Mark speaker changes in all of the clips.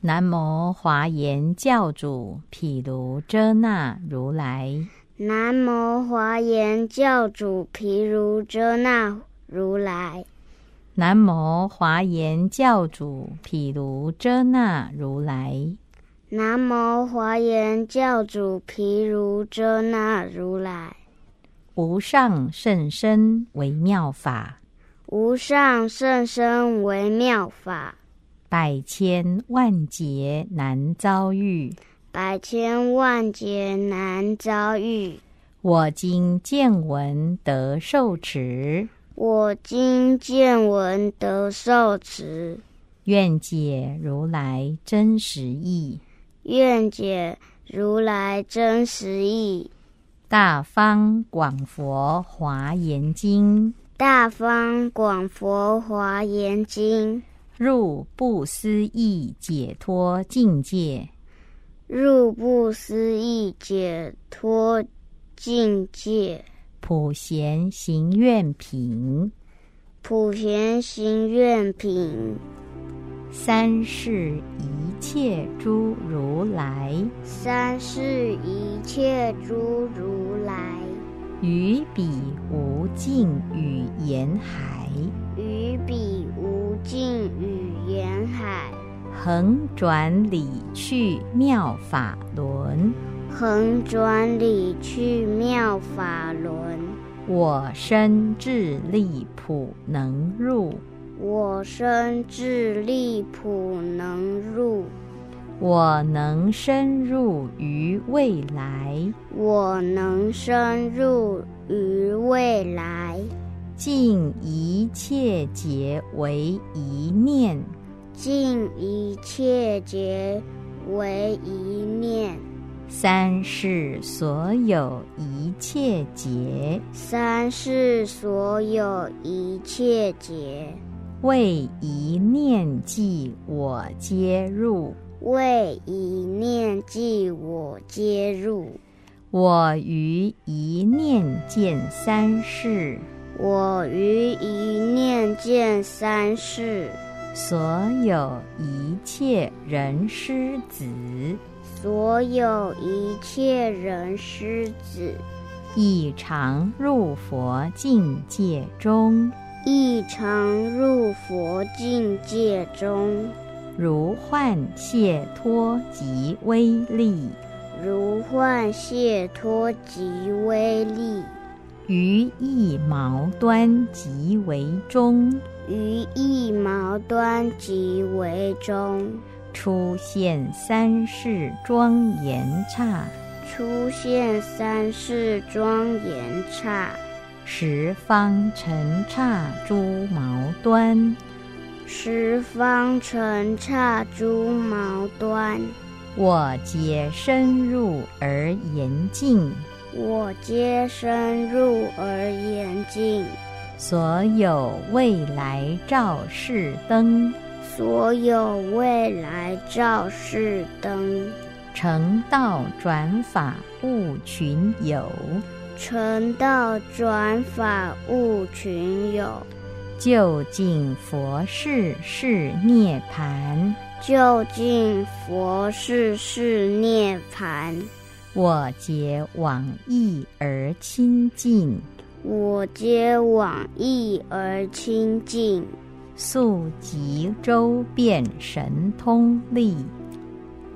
Speaker 1: 南无华严教主毗卢遮那如来，
Speaker 2: 南无华严教主毗卢遮那如来，
Speaker 1: 南无华严教主毗卢遮那如来。
Speaker 2: 南无华严教主毗卢遮那如来，
Speaker 1: 无上甚深微妙法，
Speaker 2: 无上甚深微妙法，
Speaker 1: 百千万劫难遭遇。
Speaker 2: 百千万劫难遭遇。
Speaker 1: 我今见闻得受持，
Speaker 2: 我今见闻得受持，
Speaker 1: 愿解如来真实义。
Speaker 2: 愿解如来真实义。
Speaker 1: 大方广佛华严经，
Speaker 2: 大方广佛华严经，
Speaker 1: 入不思议解脱境界。
Speaker 2: 入不思议解脱境界。
Speaker 1: 普贤行愿品，
Speaker 2: 普贤行愿品。
Speaker 1: 三世一切诸如来，
Speaker 2: 三世一切诸如来，
Speaker 1: 于彼无尽语言海，
Speaker 2: 于彼无尽语言海，
Speaker 1: 恒转理去妙法轮。
Speaker 2: 恒转理去妙法轮。
Speaker 1: 我身智力普能入，
Speaker 2: 我身智力普能入，
Speaker 1: 我能深入于未来，
Speaker 2: 我能深入于未来，
Speaker 1: 尽一切劫为一念，
Speaker 2: 尽一切劫为一念。
Speaker 1: 三世所有一切劫，
Speaker 2: 三世所有一切劫，
Speaker 1: 为一念即我皆入。
Speaker 2: 为一念即我皆入。
Speaker 1: 我于一念见三世，
Speaker 2: 我于一念见三世，
Speaker 1: 所有一切人师子，
Speaker 2: 所有一切人师子，
Speaker 1: 一常入佛境界中，
Speaker 2: 亦常入佛境界中，
Speaker 1: 如幻解脱即威力，
Speaker 2: 如幻解脱即威力，
Speaker 1: 于一毛端即为中，
Speaker 2: 于一毛端即为中，
Speaker 1: 出现三世庄严刹，
Speaker 2: 出现三世庄严刹，
Speaker 1: 十方尘刹诸毛端。
Speaker 2: 十方尘刹诸毛端。
Speaker 1: 我皆深入而严净，
Speaker 2: 我皆深入而严净，
Speaker 1: 所有未来照世灯，
Speaker 2: 所有未来照世灯。
Speaker 1: 成道转法悟群友，
Speaker 2: 成道转法悟群友，
Speaker 1: 究竟佛事是涅盘。
Speaker 2: 究竟佛事是涅盘。
Speaker 1: 我皆往意而亲近，
Speaker 2: 我皆往意而亲近，
Speaker 1: 速集周遍神通力，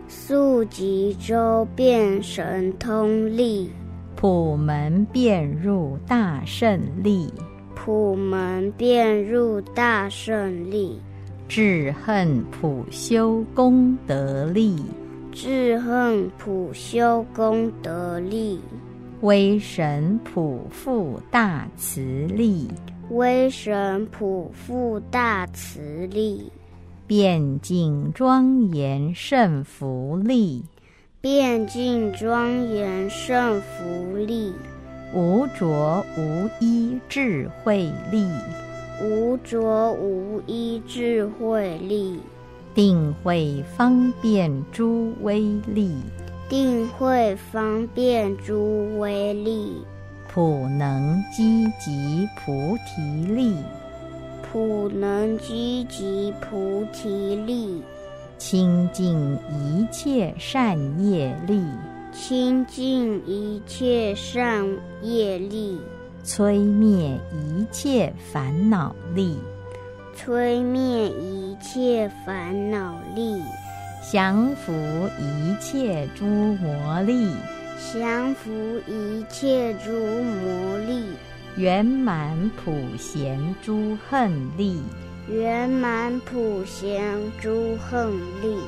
Speaker 2: 速集周遍神通力，
Speaker 1: 普门遍入大胜利。
Speaker 2: 普门遍入大胜利。
Speaker 1: 至恨普修功德力，
Speaker 2: 智恨普修功德力，
Speaker 1: 威神普覆大慈力，
Speaker 2: 威神普覆大慈力，
Speaker 1: 遍净庄严胜福力，
Speaker 2: 遍尽庄严胜福力，
Speaker 1: 无着无一智慧力，
Speaker 2: 无着无一智慧力，
Speaker 1: 定慧方便诸威力，
Speaker 2: 定慧方便诸威力，
Speaker 1: 普能积集菩提力，
Speaker 2: 普能积集菩提力，
Speaker 1: 清净一切善业力，
Speaker 2: 清净一切善业力，
Speaker 1: 摧灭一切烦恼力，
Speaker 2: 摧灭一切烦恼力，
Speaker 1: 降伏一切诸魔力，
Speaker 2: 降伏一切诸魔力，
Speaker 1: 圆满普贤诸恨力。
Speaker 2: 圆满普贤诸恨力。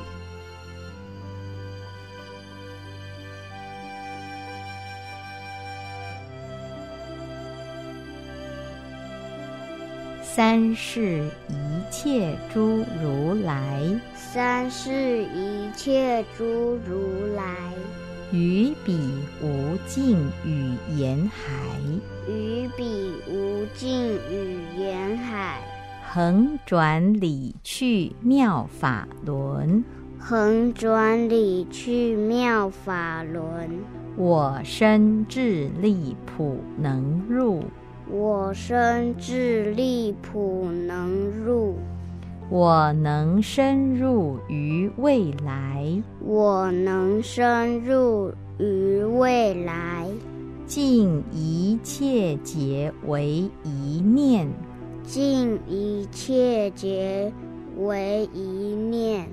Speaker 1: 三世一切诸如来，
Speaker 2: 三世一切诸如来，
Speaker 1: 于彼无尽语言海。
Speaker 2: 于彼无尽语言海，
Speaker 1: 横转理去妙法轮，
Speaker 2: 横转理去妙法轮。
Speaker 1: 我身智力普能入，
Speaker 2: 我身智力普能入，
Speaker 1: 我能深入于未来，
Speaker 2: 我能深入于未来，
Speaker 1: 尽一切劫为一念，
Speaker 2: 尽一切劫为一念。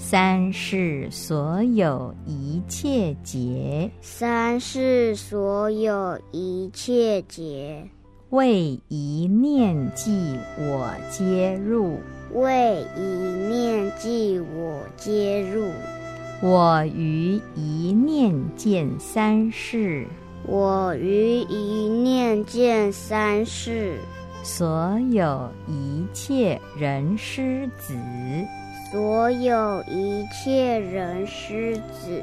Speaker 1: 三世所有一切劫，
Speaker 2: 三世所有一切劫，
Speaker 1: 为一念即我皆入。
Speaker 2: 为一念即我皆入。
Speaker 1: 我于一念见三世，
Speaker 2: 我于一念见三世，
Speaker 1: 所有一切人师子，
Speaker 2: 所有一切人师子，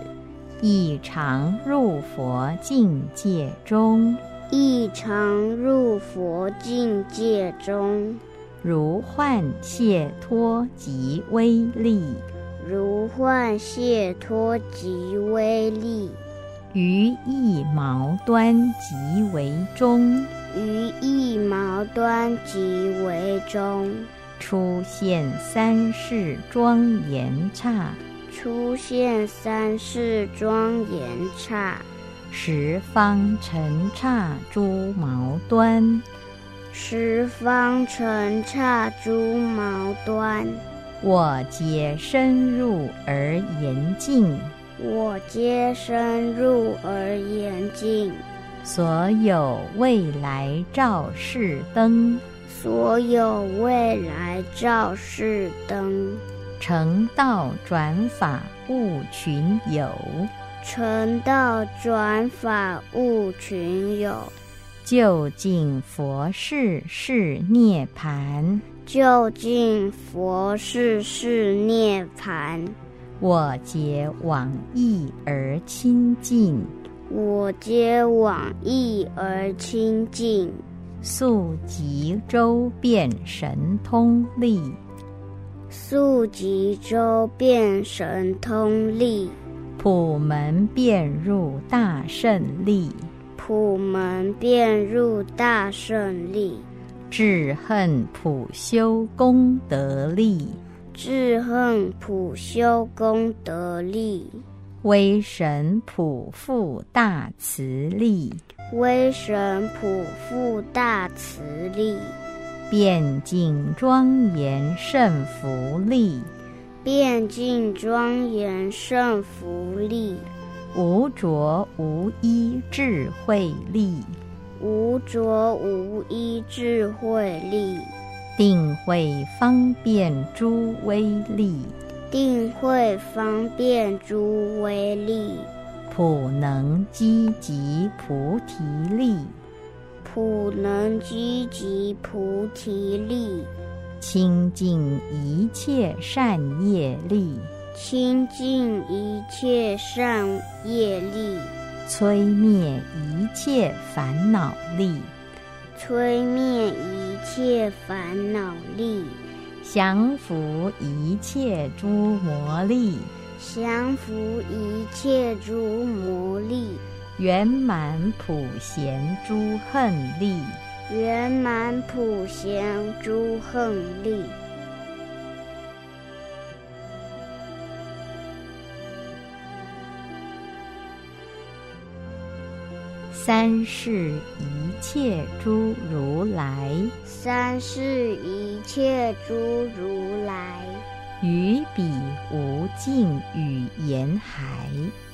Speaker 1: 一常入佛境界中，
Speaker 2: 一常入佛境界中，
Speaker 1: 如幻解脱即威力，
Speaker 2: 如幻解脱即威力，
Speaker 1: 于一毛端即为中，
Speaker 2: 于一毛端即为中，
Speaker 1: 出现三世庄严刹，
Speaker 2: 出现三世庄严刹，
Speaker 1: 十方尘刹诸毛端。
Speaker 2: 十方尘刹诸毛端。
Speaker 1: 我皆深入而严净，
Speaker 2: 我皆深入而严净，
Speaker 1: 所有未来照世灯，
Speaker 2: 所有未来照世灯。
Speaker 1: 成道转法悟群友，
Speaker 2: 成道转法悟群友，
Speaker 1: 究竟佛事是涅盘。
Speaker 2: 究竟佛事是涅盘。
Speaker 1: 我皆往意而亲近，
Speaker 2: 我皆往意而亲近，
Speaker 1: 速集周遍神通力，
Speaker 2: 速集周遍神通力，
Speaker 1: 普门遍入大胜利，
Speaker 2: 普门遍入大胜利。
Speaker 1: 至恨普修功德力，
Speaker 2: 智恨普修功德力，
Speaker 1: 威神普覆大慈力，
Speaker 2: 威神普覆大慈力，
Speaker 1: 遍尽庄严胜福力，
Speaker 2: 遍尽庄严胜福力，
Speaker 1: 无着无一智慧力，
Speaker 2: 无着无一智慧力，
Speaker 1: 定慧方便诸威力，
Speaker 2: 定慧方便诸威力，
Speaker 1: 普能积集菩提力，
Speaker 2: 普能积集菩提力，
Speaker 1: 清净一切善业力，
Speaker 2: 清净一切善业力，
Speaker 1: 摧灭一切烦恼力，
Speaker 2: 摧灭一切烦恼力，
Speaker 1: 降服一切诸魔力，
Speaker 2: 降服一切诸魔力，
Speaker 1: 圆满普贤诸恨力。
Speaker 2: 圆满普贤诸恨力。
Speaker 1: 三世一切诸如来，
Speaker 2: 三世一切诸如来，
Speaker 1: 于彼无尽语言海，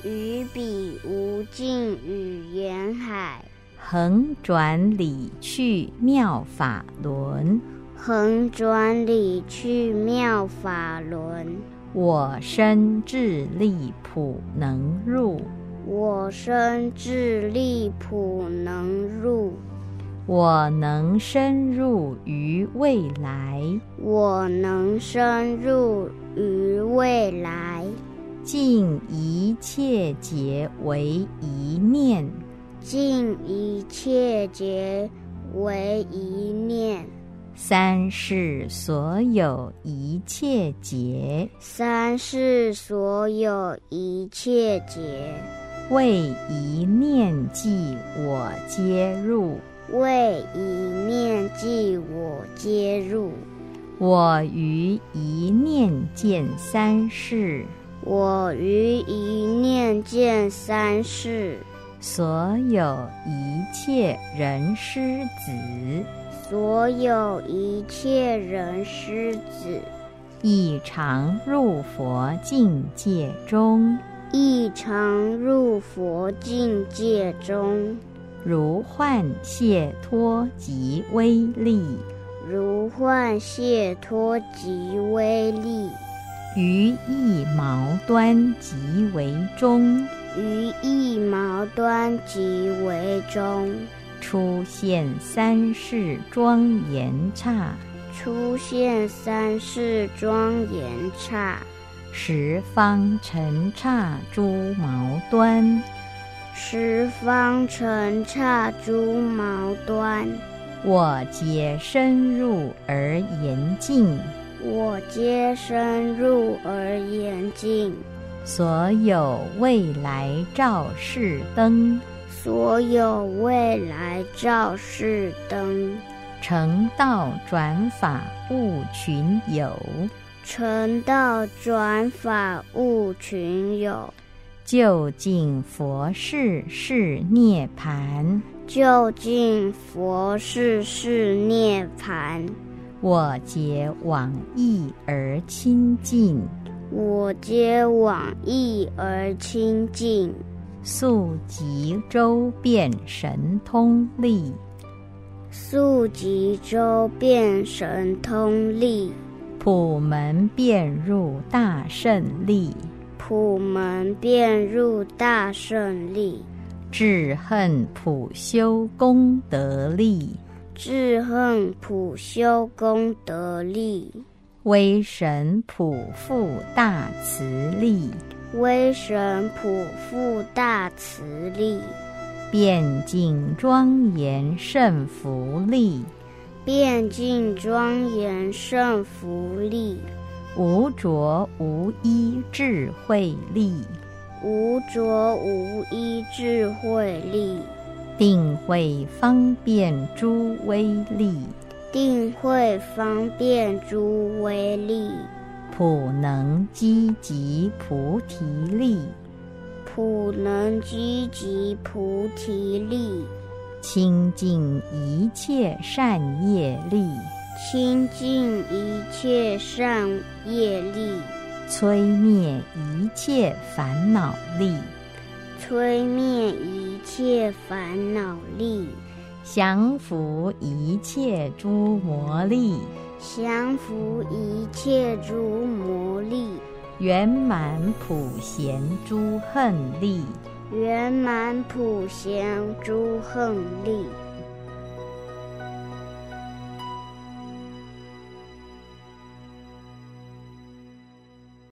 Speaker 2: 于彼无尽语言海，
Speaker 1: 恒转理去妙法轮。
Speaker 2: 恒转理去妙法轮。
Speaker 1: 我身智力普能入，
Speaker 2: 我身智力普能入，
Speaker 1: 我能深入于未来，
Speaker 2: 我能深入于未来，
Speaker 1: 尽一切劫为一念，
Speaker 2: 尽一切劫为一念。
Speaker 1: 三世所有一切劫，
Speaker 2: 三世所有一切劫，
Speaker 1: 为一念即我皆入。
Speaker 2: 为一念即我皆入。
Speaker 1: 我于一念见三世，
Speaker 2: 我于一念见三世，
Speaker 1: 所有一切人师子，
Speaker 2: 所有一切人师子，
Speaker 1: 一常入佛境界中，
Speaker 2: 亦常入佛境界中，
Speaker 1: 如幻解脱即威力，
Speaker 2: 如幻解脱即威力，
Speaker 1: 于一毛端即为中，
Speaker 2: 于一毛端即为中，
Speaker 1: 出现三世庄严刹，
Speaker 2: 出现三世庄严刹，
Speaker 1: 十方尘刹诸毛端。
Speaker 2: 十方尘刹诸毛端。
Speaker 1: 我皆深入而严净，
Speaker 2: 我皆深入而严净，
Speaker 1: 所有未来照世灯，
Speaker 2: 所有未来照世灯。
Speaker 1: 成道转法悟群友，
Speaker 2: 成道转法悟群友，
Speaker 1: 究竟佛事是涅盘。
Speaker 2: 究竟佛事是涅盘。
Speaker 1: 我皆往意而亲近，
Speaker 2: 我皆往意而亲近，
Speaker 1: 速集周遍神通力，
Speaker 2: 速集周遍神通力，
Speaker 1: 普门遍入大胜利，
Speaker 2: 普门遍入大胜利。
Speaker 1: 至恨普修功德力，
Speaker 2: 智恨普修功德力，
Speaker 1: 威神普覆大慈力，
Speaker 2: 威神普覆大慈力，
Speaker 1: 遍尽庄严胜福力，
Speaker 2: 遍尽庄严胜福力，
Speaker 1: 无着无一智慧力，
Speaker 2: 无着无一智慧力，
Speaker 1: 定慧方便诸威力，
Speaker 2: 定慧方便诸威力，
Speaker 1: 普能积集菩提力，
Speaker 2: 普能积集菩提力，
Speaker 1: 清净一切善业力，
Speaker 2: 清净一切善业力。
Speaker 1: 摧灭一切烦恼力。
Speaker 2: 吹灭一切烦恼力，
Speaker 1: 降服一切诸魔力，
Speaker 2: 降服一切诸魔力，
Speaker 1: 圆满普贤诸恨力。
Speaker 2: 圆满普贤诸恨力。